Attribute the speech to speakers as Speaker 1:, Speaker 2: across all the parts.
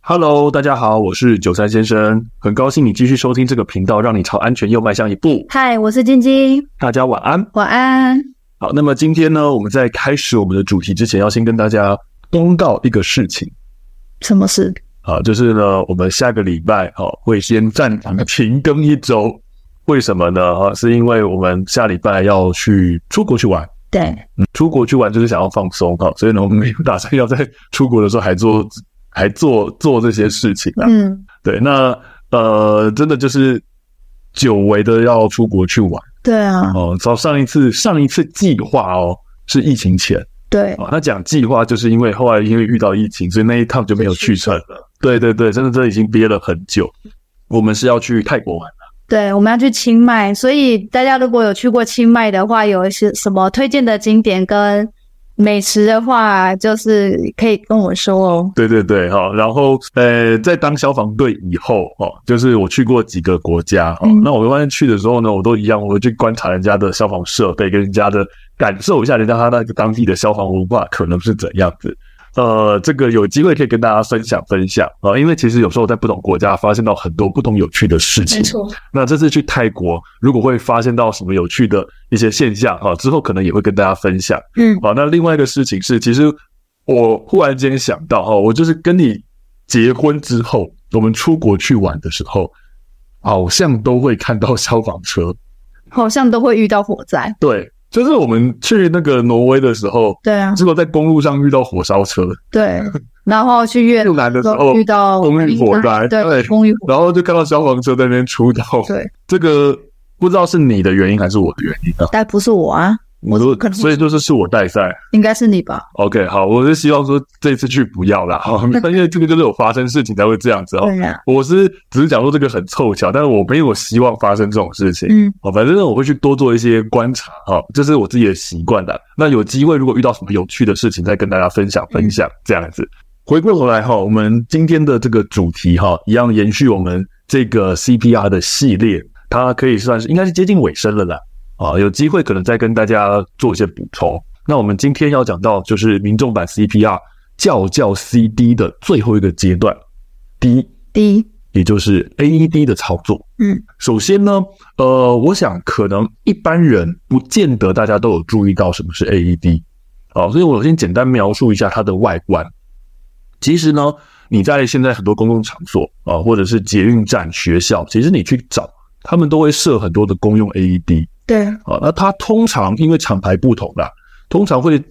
Speaker 1: Hello，大家好，我是九三先生，很高兴你继续收听这个频道，让你朝安全又迈向一步。
Speaker 2: 嗨，我是晶晶，
Speaker 1: 大家晚安。
Speaker 2: 晚安。
Speaker 1: 好，那么今天呢，我们在开始我们的主题之前，要先跟大家公告一个事情
Speaker 2: 什么事？
Speaker 1: 啊，就是呢，我们下个礼拜哦会先暂停停更一周。为什么呢？啊，是因为我们下礼拜要去出国去玩，
Speaker 2: 对，
Speaker 1: 嗯出国去玩就是想要放松哈，所以呢，我们没有打算要在出国的时候还做还做做这些事情啊。
Speaker 2: 嗯，
Speaker 1: 对，那呃，真的就是久违的要出国去玩
Speaker 2: 对啊，
Speaker 1: 哦。早上一次上一次计划哦，是疫情前
Speaker 2: 对，
Speaker 1: 哦。那讲计划，就是因为后来因为遇到疫情，所以那一趟就没有去成了。对对对，真的这已经憋了很久。我们是要去泰国玩，
Speaker 2: 对，我们要去清迈，所以大家如果有去过清迈的话，有一些什么推荐的景点跟美食的话，就是可以跟我说哦。
Speaker 1: 对对对，哈、然后呃，在当消防队以后，哦，就是我去过几个国家，哦，
Speaker 2: 嗯
Speaker 1: 那我一般去的时候呢，我都一样，我会去观察人家的消防设备，跟人家的感受一下人家他那个当地的消防文化可能是怎样子。呃，这个有机会可以跟大家分享分享啊、因为其实有时候在不同国家发现到很多不同有趣的事情。
Speaker 2: 错，
Speaker 1: 那这次去泰国，如果会发现到什么有趣的一些现象啊，之后可能也会跟大家分享。
Speaker 2: 嗯，
Speaker 1: 好，那另外一个事情是，其实我忽然间想到哈，我就是跟你结婚之后，我们出国去玩的时候，好像都会看到消防车。
Speaker 2: 好像都会遇到火灾。
Speaker 1: 对，就是我们去那个挪威的时候，
Speaker 2: 对啊，
Speaker 1: 结果在公路上遇到火烧车，
Speaker 2: 对，然后去越
Speaker 1: 越南的时候
Speaker 2: 都遇到
Speaker 1: 公寓火灾哎对
Speaker 2: 对，公寓火
Speaker 1: 然后就看到消防车在那边出动。
Speaker 2: 对，
Speaker 1: 这个不知道是你的原因还是我的原因啊？
Speaker 2: 但不是我啊，
Speaker 1: 我都
Speaker 2: 可能
Speaker 1: 所以就是是我带赛。
Speaker 2: 应该是你吧？
Speaker 1: OK，好，我是希望说这次去不要啦，哈，但因为这个就是有发生事情才会这样子哦。
Speaker 2: 对啊呀，
Speaker 1: 我是只是讲说这个很凑巧，但是我没有希望发生这种事情。
Speaker 2: 嗯，
Speaker 1: 哦，反正呢我会去多做一些观察，哈、哦，这是我自己的习惯的。那有机会如果遇到什么有趣的事情，再跟大家分享分享，这样子。回过头来哈、我们今天的这个主题哈、一样延续我们这个 CPR 的系列，它可以算是应该是接近尾声了啦。啊，有机会可能再跟大家做一些补充。那我们今天要讲到就是民众版 CPR 教教 CD 的最后一个阶段，D
Speaker 2: 第一，
Speaker 1: 也就是 AED 的操作。
Speaker 2: 嗯，
Speaker 1: 首先呢，呃，我想可能一般人不见得大家都有注意到什么是 AED，好、所以我先简单描述一下它的外观。其实呢，你在现在很多公共场所啊、或者是捷运站、学校，其实你去找，他们都会设很多的公用 AED
Speaker 2: 对，
Speaker 1: 啊、那它通常因为厂牌不同啦，通常会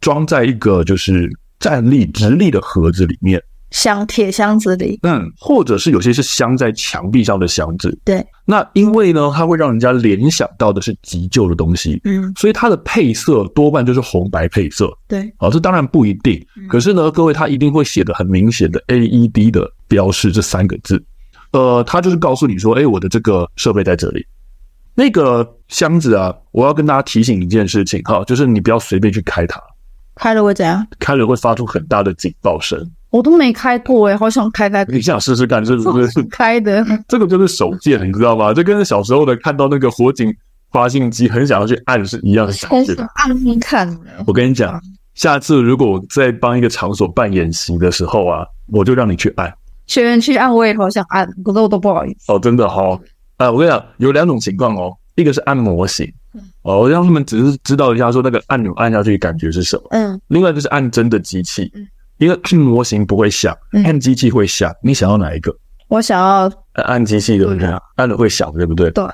Speaker 1: 装在一个就是站立直立的盒子里面。
Speaker 2: 箱铁箱子里，
Speaker 1: 嗯，或者是有些是镶在墙壁上的箱子。
Speaker 2: 对，
Speaker 1: 那因为呢，它会让人家联想到的是急救的东西，
Speaker 2: 嗯，
Speaker 1: 所以它的配色多半就是红白配色。
Speaker 2: 对，
Speaker 1: 啊，这当然不一定，可是呢，各位他一定会写的很明显的 AED 的标示这三个字，呃，他就是告诉你说，哎，我的这个设备在这里。那个箱子啊，我要跟大家提醒一件事情哈，就是你不要随便去开它，
Speaker 2: 开了会怎样？
Speaker 1: 开了会发出很大的警报声。
Speaker 2: 我都没开过诶、好想开开
Speaker 1: 你想试试看 是不 是？
Speaker 2: 开的，
Speaker 1: 这个就是手贱，你知道吗？这跟小时候的看到那个火警发信机很想要去按是一样的感
Speaker 2: 开
Speaker 1: 觉
Speaker 2: 始。按按看了。
Speaker 1: 我跟你讲，下次如果我在帮一个场所办演习的时候啊，我就让你去按
Speaker 2: 学员去按，我也好想按，可是我都不好意思。
Speaker 1: 哦，真的哈、哦。啊，我跟你讲，有两种情况哦，一个是按模型，
Speaker 2: 嗯
Speaker 1: 哦，我让他们只是知道一下说那个按钮按下去感觉是什么；，
Speaker 2: 嗯，
Speaker 1: 另外就是按真的机器
Speaker 2: 嗯，
Speaker 1: 因为按模型不会响，
Speaker 2: 嗯
Speaker 1: 按机器会响。你想要哪一个？
Speaker 2: 我想要
Speaker 1: 按按机器对不对
Speaker 2: 对？
Speaker 1: 按了会响，对不对？
Speaker 2: 嗯对，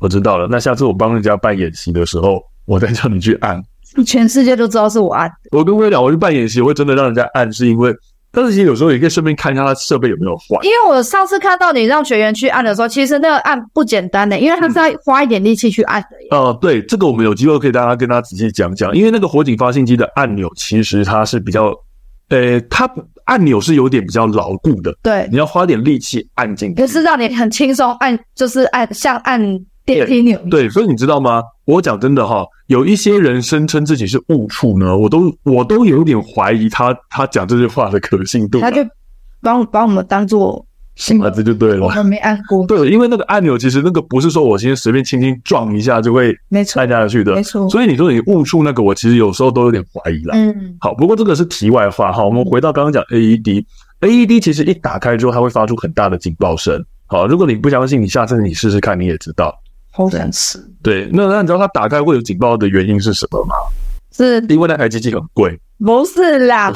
Speaker 1: 我知道了。那下次我帮人家办演习的时候，我再叫你去按。
Speaker 2: 全世界都知道是我按。
Speaker 1: 我跟薇讲，我去办演习，我会真的让人家按，是因为，但是其实有时候也可以顺便看一下他设备有没有坏。
Speaker 2: 因为我上次看到你让学员去按的时候，其实那个按不简单的、因为他是要花一点力气去按的耶。
Speaker 1: 呃，对，这个我们有机会可以大家跟大家仔细讲讲，因为那个火警发信机的按钮其实它是比较，呃，它按钮是有点比较牢固的，
Speaker 2: 对，
Speaker 1: 你要花点力气按进去
Speaker 2: 可。是让你很轻松按， 就是按像按电梯钮。
Speaker 1: 对，所以你知道吗？我讲真的哈，有一些人声称自己是误触呢，我都我都有点怀疑他他讲这句话的可信度了。
Speaker 2: 他就帮把我们当做新
Speaker 1: 啊，这就对
Speaker 2: 我
Speaker 1: 了。
Speaker 2: 们没按过。
Speaker 1: 对，因为那个按钮其实那个不是说我今天随便轻轻撞一下就会
Speaker 2: 没错
Speaker 1: 按，下去的
Speaker 2: 没，错。
Speaker 1: 所以你说你误触那个，我其实有时候都有点怀疑啦。
Speaker 2: 嗯，
Speaker 1: 好，不过这个是题外话哈。我们回到刚刚讲 E AED， AED 其实一打开之后，它会发出很大的警报声。好，如果你不相信，你下次你试试看，你也知道。
Speaker 3: 好想吃，
Speaker 1: 对，那那你知道它打开会有警报的原因是什么吗？
Speaker 2: 是
Speaker 1: 因为那台机器很贵。
Speaker 2: 不是啦？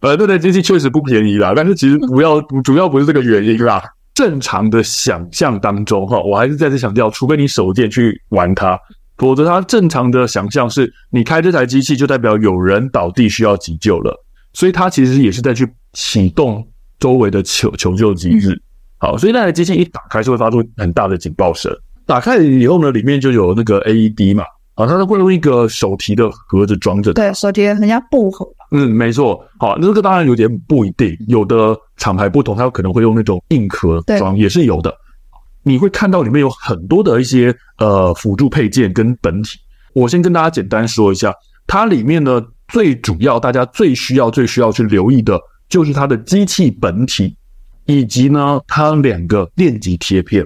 Speaker 1: 呃，那台机器确实不便宜啦，但是其实不要主要不是这个原因啦。正常的想象当中，哈，我还是再次强调，除非你手贱去玩它，否则它正常的想象是你开这台机器就代表有人倒地需要急救了，所以它其实也是在去启动周围的求求救机制。好，所以那台机器一打开是会发出很大的警报声。打开以后呢，里面就有那个 AED 嘛，啊，它会用一个手提的盒子装着它。
Speaker 3: 对，手提很像布盒吧，
Speaker 1: 嗯，没错。好，那这个当然有点不一定，有的厂牌不同，它可能会用那种硬壳
Speaker 3: 对
Speaker 1: 装，也是有的。你会看到里面有很多的一些呃辅助配件跟本体。我先跟大家简单说一下，它里面呢最主要大家最需要最需要去留意的就是它的机器本体，以及呢它两个电极贴片。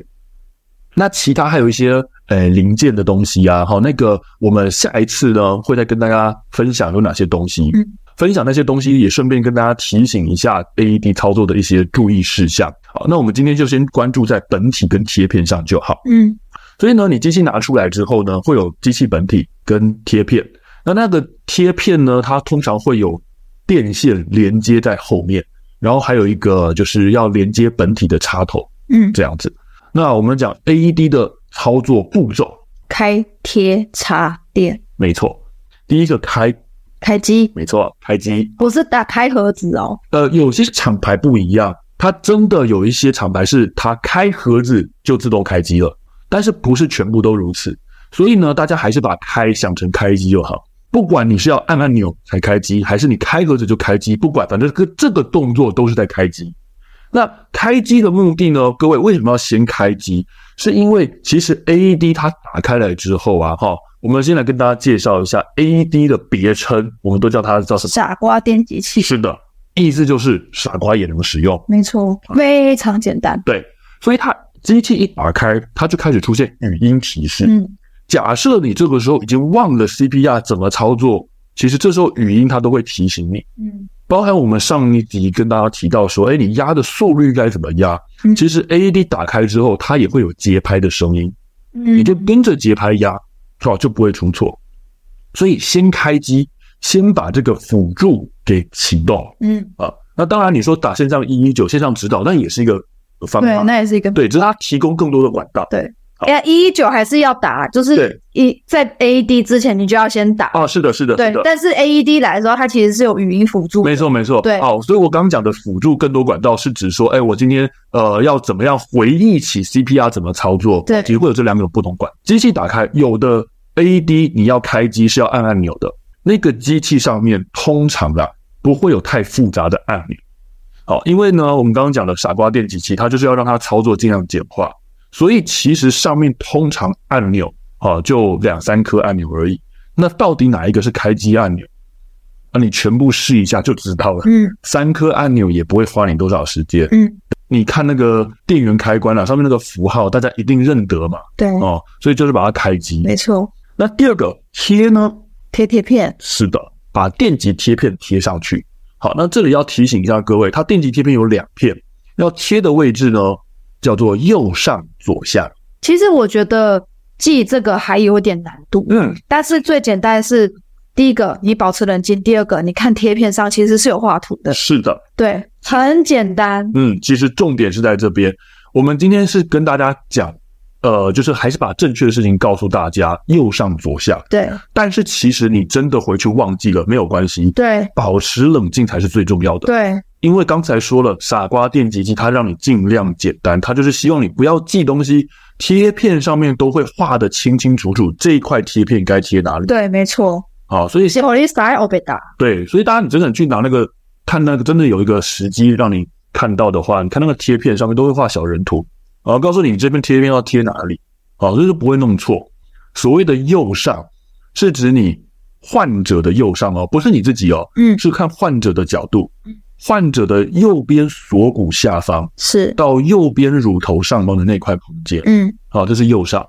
Speaker 1: 那其他还有一些呃零件的东西啊，好，那个我们下一次呢会再跟大家分享有哪些东西。
Speaker 3: 嗯
Speaker 1: 分享那些东西，也顺便跟大家提醒一下 AED 操作的一些注意事项。好，那我们今天就先关注在本体跟贴片上就好。
Speaker 3: 嗯，
Speaker 1: 所以呢，你机器拿出来之后呢，会有机器本体跟贴片。那那个贴片呢，它通常会有电线连接在后面，然后还有一个就是要连接本体的插头，
Speaker 3: 嗯
Speaker 1: 这样子。那我们讲 AED 的操作步骤，
Speaker 3: 开贴插电，
Speaker 1: 没错，第一个开，
Speaker 3: 开机
Speaker 1: 没错，开机。
Speaker 3: 不是打开盒子哦，
Speaker 1: 呃，有些厂牌不一样，它真的有一些厂牌是它开盒子就自动开机了，但是不是全部都如此。所以呢，大家还是把开想成开机就好。不管你是要按按钮才开机，还是你开盒子就开机，不管，反正这个这个动作都是在开机。那开机的目的呢？各位为什么要先开机？是因为其实 AED 它打开来之后啊，哈，我们先来跟大家介绍一下 AED 的别称，我们都叫它叫什么？
Speaker 3: 傻瓜电极器，
Speaker 1: 是的，意思就是傻瓜也能使用。
Speaker 3: 没错，非常简单，
Speaker 1: 对，所以它机器一打开，它就开始出现语音提示。
Speaker 3: 嗯，
Speaker 1: 假设你这个时候已经忘了 CPR 怎么操作，其实这时候语音它都会提醒你。
Speaker 3: 嗯，
Speaker 1: 包含我们上一集跟大家提到说，哎，你压的速率该怎么压？
Speaker 3: 嗯
Speaker 1: 其实 AED 打开之后，它也会有节拍的声音，你
Speaker 3: 嗯
Speaker 1: 就跟着节拍压，是吧？就不会出错。所以先开机，先把这个辅助给启动，
Speaker 3: 嗯，
Speaker 1: 啊。那当然，你说打线上一一九线上指导，那也是一个方
Speaker 3: 对，
Speaker 1: 法，
Speaker 3: 那也是一个，
Speaker 1: 对，只是它提供更多的管道。好
Speaker 2: 哎，一一九还是要打，就
Speaker 1: 对
Speaker 2: 是一在 AED 之前你就要先打。
Speaker 1: 啊，是的，是的，
Speaker 2: 对
Speaker 1: 是，的，
Speaker 2: 但是 AED 来的时候，它其实是有语音辅助的。
Speaker 1: 没错，没错。
Speaker 2: 对
Speaker 1: 哦，所以我刚刚讲的辅助更多管道是指说，哎，我今天呃要怎么样回忆起 CPR 怎么操作？
Speaker 2: 对
Speaker 1: 其实会有这两种不同管。机器打开，有的 AED 你要开机是要按按钮的，那个机器上面通常啊不会有太复杂的按钮。好，因为呢，我们刚刚讲的傻瓜电极器，它就是要让它操作尽量简化，所以其实上面通常按钮啊就两三颗按钮而已。那到底哪一个是开机按钮？那你全部试一下就知道了。
Speaker 3: 嗯
Speaker 1: 三颗按钮也不会花你多少时间。
Speaker 3: 嗯，
Speaker 1: 你看那个电源开关啊，上面那个符号，大家一定认得嘛，
Speaker 3: 对，
Speaker 1: 哦，所以就是把它开机。
Speaker 3: 没错，
Speaker 1: 那第二个贴呢？
Speaker 3: 贴贴片，
Speaker 1: 是的，把电极贴片贴上去。好，那这里要提醒一下各位，它电极贴片有两片，要贴的位置呢叫做右上左下。
Speaker 2: 其实我觉得记这个还有点难度，
Speaker 1: 嗯，
Speaker 2: 但是最简单的是第一个，你保持冷静；第二个，你看贴片上其实是有画图的，
Speaker 1: 是的，
Speaker 2: 对，很简单。
Speaker 1: 嗯，其实重点是在这边。我们今天是跟大家讲，呃，就是还是把正确的事情告诉大家，右上左下。
Speaker 3: 对
Speaker 1: 但是其实你真的回去忘记了没有关系，
Speaker 3: 对
Speaker 1: 保持冷静才是最重要的。
Speaker 3: 对，
Speaker 1: 因为刚才说了，傻瓜电极机它让你尽量简单，它就是希望你不要记东西，贴片上面都会画的清清楚楚，这一块贴片该贴哪里。
Speaker 3: 对，没错，
Speaker 1: 好，所以
Speaker 2: 结果你啥也没打，
Speaker 1: 对，所以大家你真的去拿那个看那个，真的有一个时机让你看到的话，你看那个贴片上面都会画小人图，然后告诉你你这边贴片要贴哪里，好，这就不会弄错。所谓的右上，是指你患者的右上哦，不是你自己哦，
Speaker 3: 嗯
Speaker 1: 是看患者的角度，患者的右边锁骨下方
Speaker 3: 是，
Speaker 1: 到右边乳头上方的那块空间，
Speaker 3: 嗯
Speaker 1: 好，这是右上。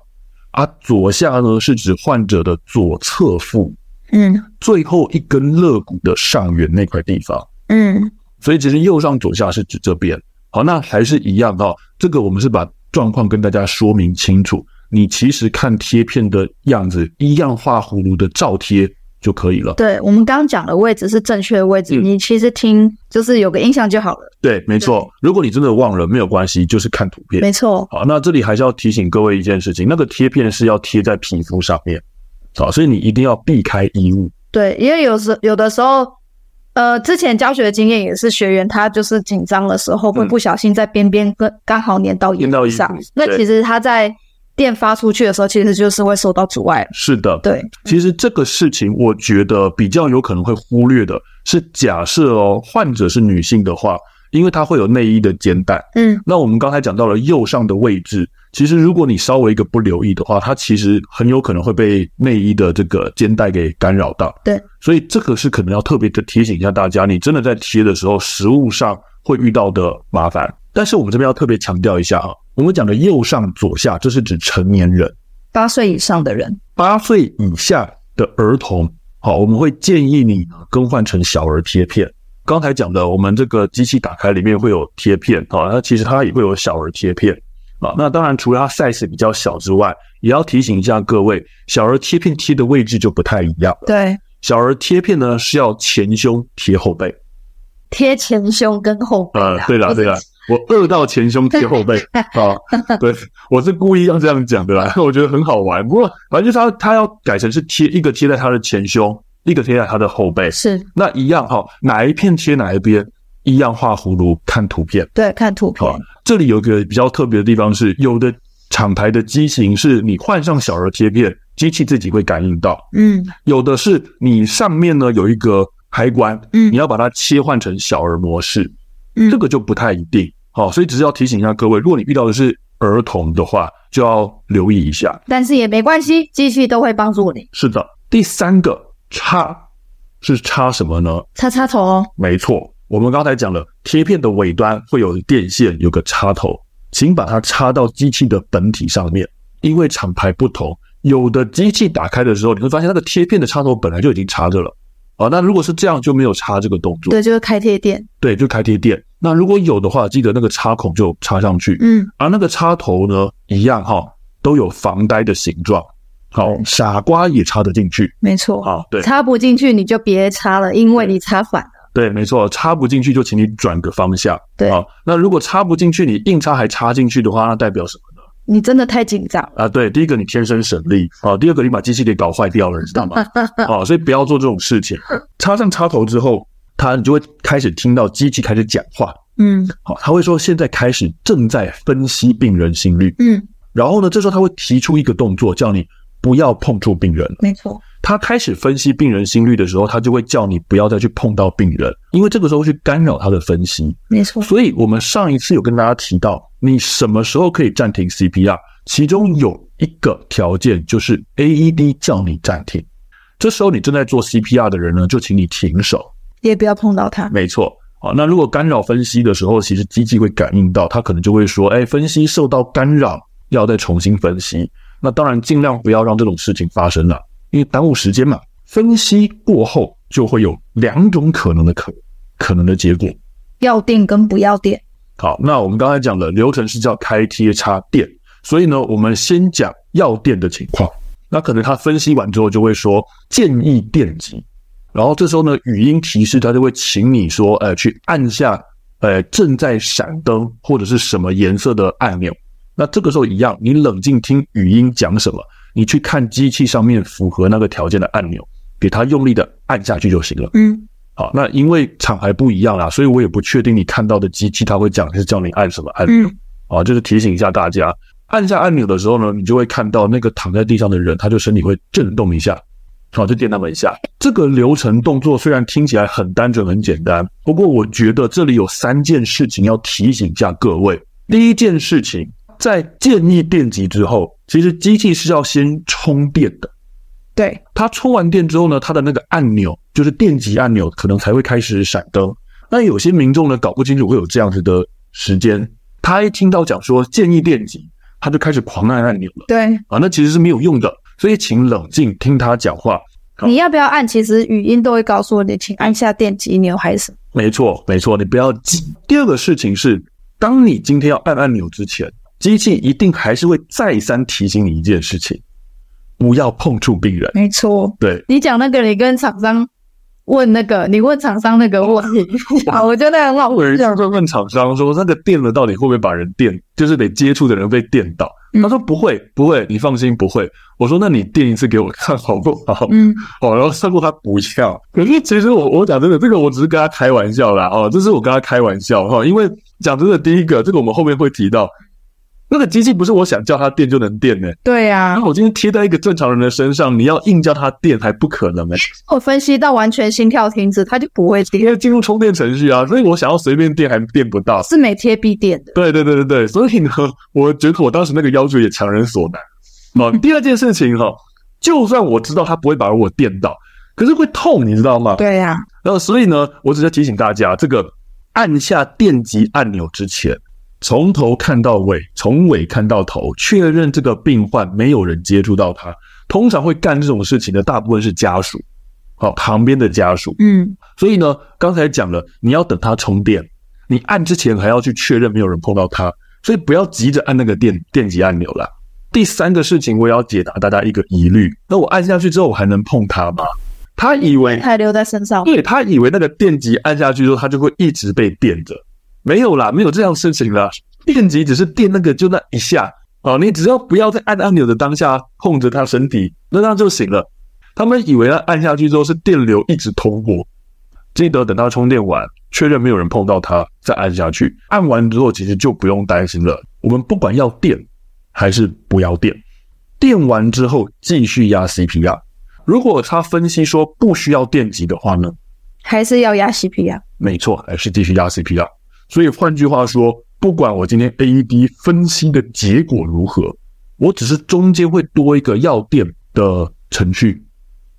Speaker 1: 啊，左下呢是指患者的左侧腹
Speaker 3: 嗯
Speaker 1: 最后一根肋骨的上缘那块地方。
Speaker 3: 嗯
Speaker 1: 所以其实右上左下是指这边。好，那还是一样哦，这个我们是把状况跟大家说明清楚。你其实看贴片的样子，一样画葫芦的照贴就可以了。
Speaker 3: 对我们刚刚讲的位置是正确的位置，
Speaker 1: 嗯
Speaker 3: 你其实听就是有个印象就好了。
Speaker 1: 对，没错。如果你真的忘了，没有关系，就是看图片。
Speaker 3: 没错，
Speaker 1: 好，那这里还是要提醒各位一件事情，那个贴片是要贴在皮肤上面，好，所以你一定要避开衣物。
Speaker 2: 对，因为有时有的时候，呃，之前教学的经验也是学员他就是紧张的时候会
Speaker 1: 嗯
Speaker 2: 不小心在边边跟刚好粘到衣
Speaker 1: 粘到
Speaker 2: 服
Speaker 1: 衣服
Speaker 2: 上，那
Speaker 1: 对
Speaker 2: 其实他在电发出去的时候，其实就是会受到阻碍。
Speaker 1: 是的，
Speaker 2: 对，
Speaker 1: 其实这个事情我觉得比较有可能会忽略的是，假设哦，患者是女性的话，因为她会有内衣的肩带，
Speaker 2: 嗯，
Speaker 1: 那我们刚才讲到了右上的位置，其实如果你稍微一个不留意的话，它其实很有可能会被内衣的这个肩带给干扰到。
Speaker 3: 对，
Speaker 1: 所以这个是可能要特别的提醒一下大家，你真的在贴的时候，实物上会遇到的麻烦。但是我们这边要特别强调一下啊，我们讲的右上左下，这是指成年人。
Speaker 3: 八岁以上的人，
Speaker 1: 八岁以下的儿童，好，我们会建议你更换成小儿贴片。刚才讲的，我们这个机器打开里面会有贴片，好，那其实它也会有小儿贴片啊。那当然，除了它 size 比较小之外，也要提醒一下各位，小儿贴片贴的位置就不太一样。
Speaker 3: 对，
Speaker 1: 小儿贴片呢是要前胸贴后背，
Speaker 2: 贴前胸跟后背
Speaker 1: 呃
Speaker 2: 啊，，
Speaker 1: 对
Speaker 2: 不
Speaker 1: 啦
Speaker 2: 是
Speaker 1: 对啦，我饿到前胸贴后背啊，对，我是故意要这样讲的啦， 我觉得很好玩。不过反正就是他他要改成是贴一个贴在他的前胸，一个贴在他的后背，
Speaker 3: 是，
Speaker 1: 那一样哈，哪一片贴哪一边，一样画葫芦看图片。
Speaker 3: 对，看图片
Speaker 1: 好、，啊
Speaker 2: 嗯
Speaker 1: 这里有个比较特别的地方是，有的厂牌的机型是你换上小儿贴片，机器自己会感应到；
Speaker 3: 嗯，
Speaker 1: 有的是你上面呢有一个开关，
Speaker 3: 嗯
Speaker 1: 你要把它切换成小儿模式，
Speaker 3: 嗯
Speaker 1: 这个就不太一定。好、所以只是要提醒一下各位，如果你遇到的是儿童的话，就要留意一下。
Speaker 2: 但是也没关系，机器都会帮助你。
Speaker 1: 是的，第三个插是插什么呢？
Speaker 3: 擦擦头哦，
Speaker 1: 没错，我们刚才讲了，贴片的尾端会有电线，有个插头，请把它插到机器的本体上面。因为厂牌不同，有的机器打开的时候，你会发现那个贴片的插头本来就已经插着了。啊，那如果是这样，就没有插这个动作，
Speaker 3: 对，就是开贴店，
Speaker 1: 对，就开贴电。那如果有的话，记得那个插孔就插上去，
Speaker 3: 嗯，
Speaker 1: 而那个插头呢，一样哈、都有防呆的形状。好，傻瓜也插得进去。
Speaker 3: 没错，
Speaker 1: 好，对
Speaker 2: 插不进去你就别插了，因为你插反了。
Speaker 1: 对，没错，插不进去就请你转个方向。
Speaker 3: 对
Speaker 1: 啊，那如果插不进去，你硬插还插进去的话，那代表什么呢？
Speaker 3: 你真的太紧张了，
Speaker 1: 啊，对，第一个你天生神力，啊，第二个你把机器给搞坏掉了，你知道吗？啊，所以不要做这种事情。插上插头之后，它你就会开始听到机器开始讲话，
Speaker 3: 嗯
Speaker 1: 好、它会说现在开始正在分析病人心率，
Speaker 3: 嗯，
Speaker 1: 然后呢，这时候它会提出一个动作，叫你不要碰触病人。
Speaker 3: 没错，
Speaker 1: 他开始分析病人心率的时候，他就会叫你不要再去碰到病人，因为这个时候会去干扰他的分析。
Speaker 3: 没错，
Speaker 1: 所以我们上一次有跟大家提到，你什么时候可以暂停 CPR，其中有一个条件就是 AED 叫你暂停。这时候你正在做 CPR 的人呢，就请你停手。
Speaker 3: 也不要碰到它，
Speaker 1: 没错。好，那如果干扰分析的时候，其实机器会感应到，它可能就会说：“哎，分析受到干扰，要再重新分析。”那当然，尽量不要让这种事情发生了，因为耽误时间嘛。分析过后就会有两种可能的可可能的结果。
Speaker 3: 要电跟不要电，
Speaker 1: 好，那我们刚才讲了，流程是叫开贴插电，所以呢，我们先讲要电的情况。那可能他分析完之后就会说建议电击，然后这时候呢，语音提示他就会请你说，呃，去按下呃正在闪灯或者是什么颜色的按钮。那这个时候一样，你冷静听语音讲什么，你去看机器上面符合那个条件的按钮，给它用力的按下去就行了。
Speaker 3: 嗯，
Speaker 1: 好，那因为厂牌不一样啦，所以我也不确定你看到的机器它会讲是叫你按什么按
Speaker 2: 嗯
Speaker 1: 钮、
Speaker 3: 嗯
Speaker 1: 啊，就是提醒一下大家，按下按钮的时候呢，你就会看到那个躺在地上的人，他就身体会震动一下，好，就电他们一下。这个流程动作虽然听起来很单纯很简单，不过我觉得这里有三件事情要提醒一下各位。第一件事情，在建议电极之后，其实机器是要先充电的。
Speaker 3: 对，
Speaker 1: 它充完电之后呢，它的那个按钮就是电极按钮，可能才会开始闪灯。那有些民众呢搞不清楚会有这样子的时间，他一听到讲说建议电极，他就开始狂按按钮了
Speaker 3: 对，
Speaker 1: 啊，那其实是没有用的。所以请冷静听他讲话。好
Speaker 3: 你要不要按？其实语音都会告诉你，请按下电击钮还是什么
Speaker 1: 没错，没错，你不要 急。第二个事情是，当你今天要按按钮之前，机器一定还是会再三提醒你一件事情：不要碰触病人。
Speaker 3: 没错，
Speaker 1: 对，
Speaker 2: 你讲那个，你跟厂商问那个，你问厂商那个问题，
Speaker 3: 啊，我觉得很好
Speaker 1: 有人
Speaker 3: 笑。
Speaker 1: 会问厂商说，那个电了到底会不会把人电，就是得接触的人被电到？
Speaker 3: 嗯
Speaker 1: 他说不会，不会，你放心，不会。我说那你电一次给我看好不好？
Speaker 3: 嗯，
Speaker 1: 哦，然后胜过他不要。可是其实我我讲真的，这个我只是跟他开玩笑啦，哦，这是我跟他开玩笑哈、哦，因为讲真的，第一个这个我们后面会提到，那个机器不是我想叫它电就能电的、
Speaker 3: 对啊呀、
Speaker 1: 然后我今天贴在一个正常人的身上，你要硬叫它电还不可能哎、
Speaker 2: 我分析到完全心跳停止，它就不会
Speaker 1: 因
Speaker 2: 跌，
Speaker 1: 为进入充电程序啊，所以我想要随便电还电不到。
Speaker 2: 是没贴必电的。
Speaker 1: 对对对对对，所以呢，我觉得我当时那个要求也强人所难。哦，第二件事情哈、哦，就算我知道它不会把我电到，可是会痛，你知道吗？
Speaker 3: 对啊呀、
Speaker 1: 然后，所以呢，我只是提醒大家，这个按下电极按钮之前，从头看到尾，从尾看到头，确认这个病患没有人接触到他。通常会干这种事情的，大部分是家属，好、旁边的家属。
Speaker 3: 嗯，
Speaker 1: 所以呢，刚才讲了，你要等它充电，你按之前还要去确认没有人碰到它，所以不要急着按那个电电极按钮啦。第三个事情，我也要解答大家一个疑虑：那我按下去之后，我还能碰它吗？他以为
Speaker 3: 还留在身上。
Speaker 1: 对他以为那个电极按下去之后，他就会一直被电着。没有啦，没有这样事情啦。电极只是电那个就那一下哦，你只要不要在按按钮的当下碰着他身体，那样就行了。他们以为他按下去之后是电流一直通过，记得等它充电完，确认没有人碰到它，再按下去。按完之后，其实就不用担心了。我们不管要电还是不要电，电完之后继续压 CPR。如果他分析说不需要电极的话呢，
Speaker 3: 还是要压 CPR。
Speaker 1: 没错，还是继续压 CPR。所以换句话说，不管我今天 AED 分析的结果如何，我只是中间会多一个要点的程序。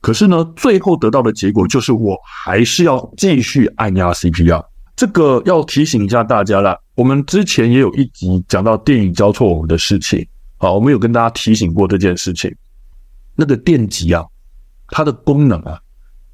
Speaker 1: 可是呢，最后得到的结果就是我还是要继续按压 CPR。这个要提醒一下大家啦，我们之前也有一集讲到电影交错我们的事情，好，我们有跟大家提醒过这件事情。那个电极啊，它的功能啊，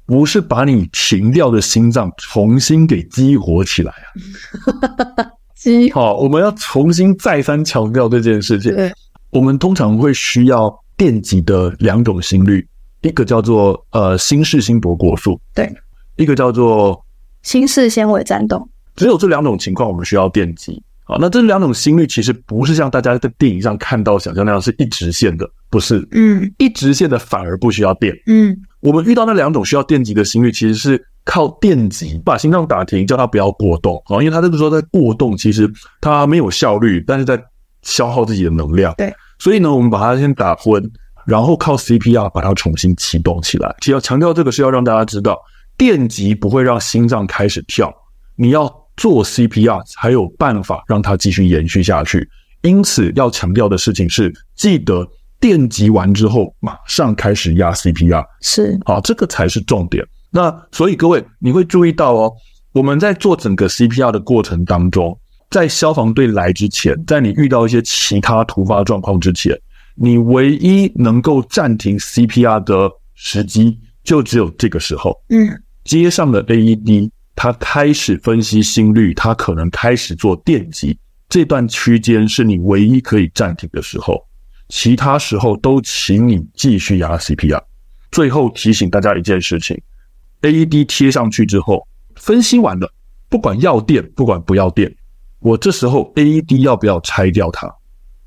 Speaker 1: 不是把你停掉的心脏重新给激活起来啊！
Speaker 2: 鸡
Speaker 1: 好、我们要重新再三强调这件事情。
Speaker 2: 对，
Speaker 1: 我们通常会需要电极的两种心率，一个叫做呃心室心搏过速，
Speaker 3: 对，
Speaker 1: 一个叫做
Speaker 2: 心室纤维颤动，
Speaker 1: 只有这两种情况我们需要电极。好，那这两种心率其实不是像大家在电影上看到想象那样是一直线的，不是
Speaker 3: 嗯
Speaker 1: 一直线的反而不需要电。
Speaker 3: 嗯，
Speaker 1: 我们遇到那两种需要电极的心率，其实是靠电极把心脏打停，叫它不要过动啊、哦，因为它这个时候在过动，其实它没有效率，但是在消耗自己的能量。
Speaker 3: 对，
Speaker 1: 所以呢，我们把它先打昏，然后靠 CPR 把它重新启动起来。提要强调这个是要让大家知道，电极不会让心脏开始跳，你要做 CPR 才有办法让它继续延续下去。因此，要强调的事情是，记得电极完之后马上开始压 CPR。
Speaker 3: 是
Speaker 1: 好，这个才是重点。那所以各位，你会注意到哦，我们在做整个 CPR 的过程当中，在消防队来之前，在你遇到一些其他突发状况之前，你唯一能够暂停 CPR 的时机，就只有这个时候。
Speaker 3: 嗯，
Speaker 1: 接上了 AED，它开始分析心率，它可能开始做电极，这段区间是你唯一可以暂停的时候，其他时候都请你继续压 CPR。最后提醒大家一件事情：AED 贴上去之后，分析完了，不管要电，不管不要电，我这时候 AED 要不要拆掉它？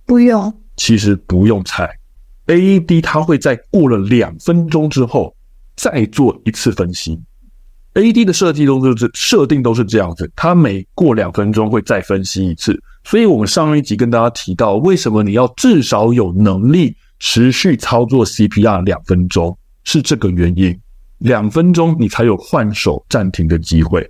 Speaker 3: 不用。
Speaker 1: 其实不用拆，AED 它会在过了两分钟之后再做一次分析。AED 的设计都是设定都是这样子，它每过两分钟会再分析一次。所以我们上一集跟大家提到，为什么你要至少有能力持续操作 CPR 两分钟，是这个原因。两分钟你才有换手暂停的机会。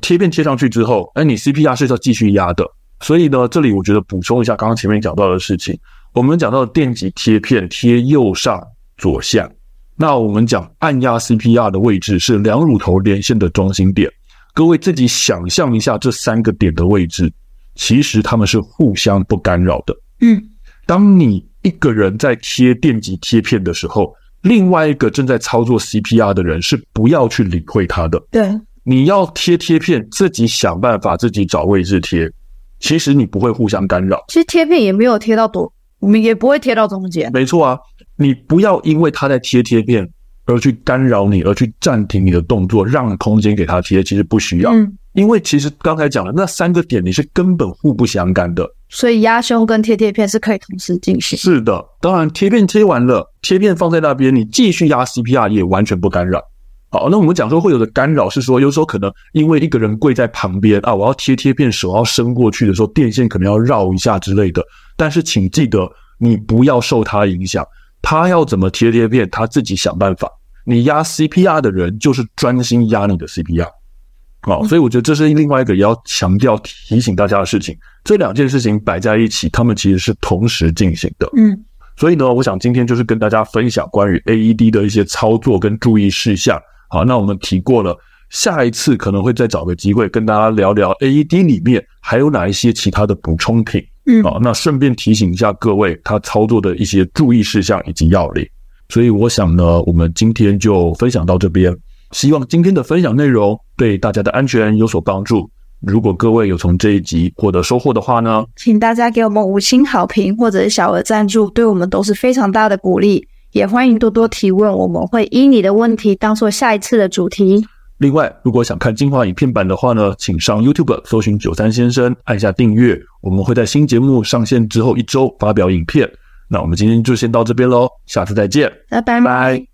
Speaker 1: 贴片贴上去之后，哎，你 CPR 是要继续压的。所以呢，这里我觉得补充一下刚刚前面讲到的事情，我们讲到电极贴片贴右上左下，那我们讲按压 CPR 的位置是两乳头连线的中心点。各位自己想象一下这三个点的位置，其实它们是互相不干扰的。
Speaker 3: 嗯，
Speaker 1: 当你一个人在贴电极贴片的时候，另外一个正在操作 CPR 的人是不要去理会他的。
Speaker 3: 对，
Speaker 1: 你要贴贴片，自己想办法，自己找位置贴。其实你不会互相干扰，
Speaker 2: 其实贴片也没有贴到多，我们也不会贴到中间。
Speaker 1: 没错啊。你不要因为他在贴贴片而去干扰你，而去暂停你的动作，让空间给他贴。其实不需要，
Speaker 2: 嗯，
Speaker 1: 因为其实刚才讲了那三个点，你是根本互不相干的。
Speaker 2: 所以压胸跟贴贴片是可以同时进行。
Speaker 1: 是的，当然贴片贴完了，贴片放在那边，你继续压 CPR 也完全不干扰。好，那我们讲说会有的干扰是说，有时候可能因为一个人跪在旁边啊，我要贴贴片，手要伸过去的时候，电线可能要绕一下之类的。但是请记得，你不要受他影响，他要怎么贴贴片，他自己想办法。你压 CPR 的人就是专心压你的 CPR。好，所以我觉得这是另外一个也要强调提醒大家的事情。这两件事情摆在一起，他们其实是同时进行的。
Speaker 3: 嗯，
Speaker 1: 所以呢，我想今天就是跟大家分享关于 AED 的一些操作跟注意事项。好，那我们提过了，下一次可能会再找个机会跟大家聊聊 AED 里面还有哪一些其他的补充品。
Speaker 3: 嗯
Speaker 1: 好，那顺便提醒一下各位，他操作的一些注意事项以及要领。所以我想呢，我们今天就分享到这边。希望今天的分享内容对大家的安全有所帮助。如果各位有从这一集获得收获的话呢，
Speaker 3: 请大家给我们五星好评或者是小额赞助，对我们都是非常大的鼓励。也欢迎多多提问，我们会依你的问题当做下一次的主题。
Speaker 1: 另外，如果想看精华影片版的话呢，请上 YouTube 搜寻“九三先生”，按下订阅。我们会在新节目上线之后一周发表影片。那我们今天就先到这边喽，下次再见，
Speaker 2: 拜拜。
Speaker 1: 拜。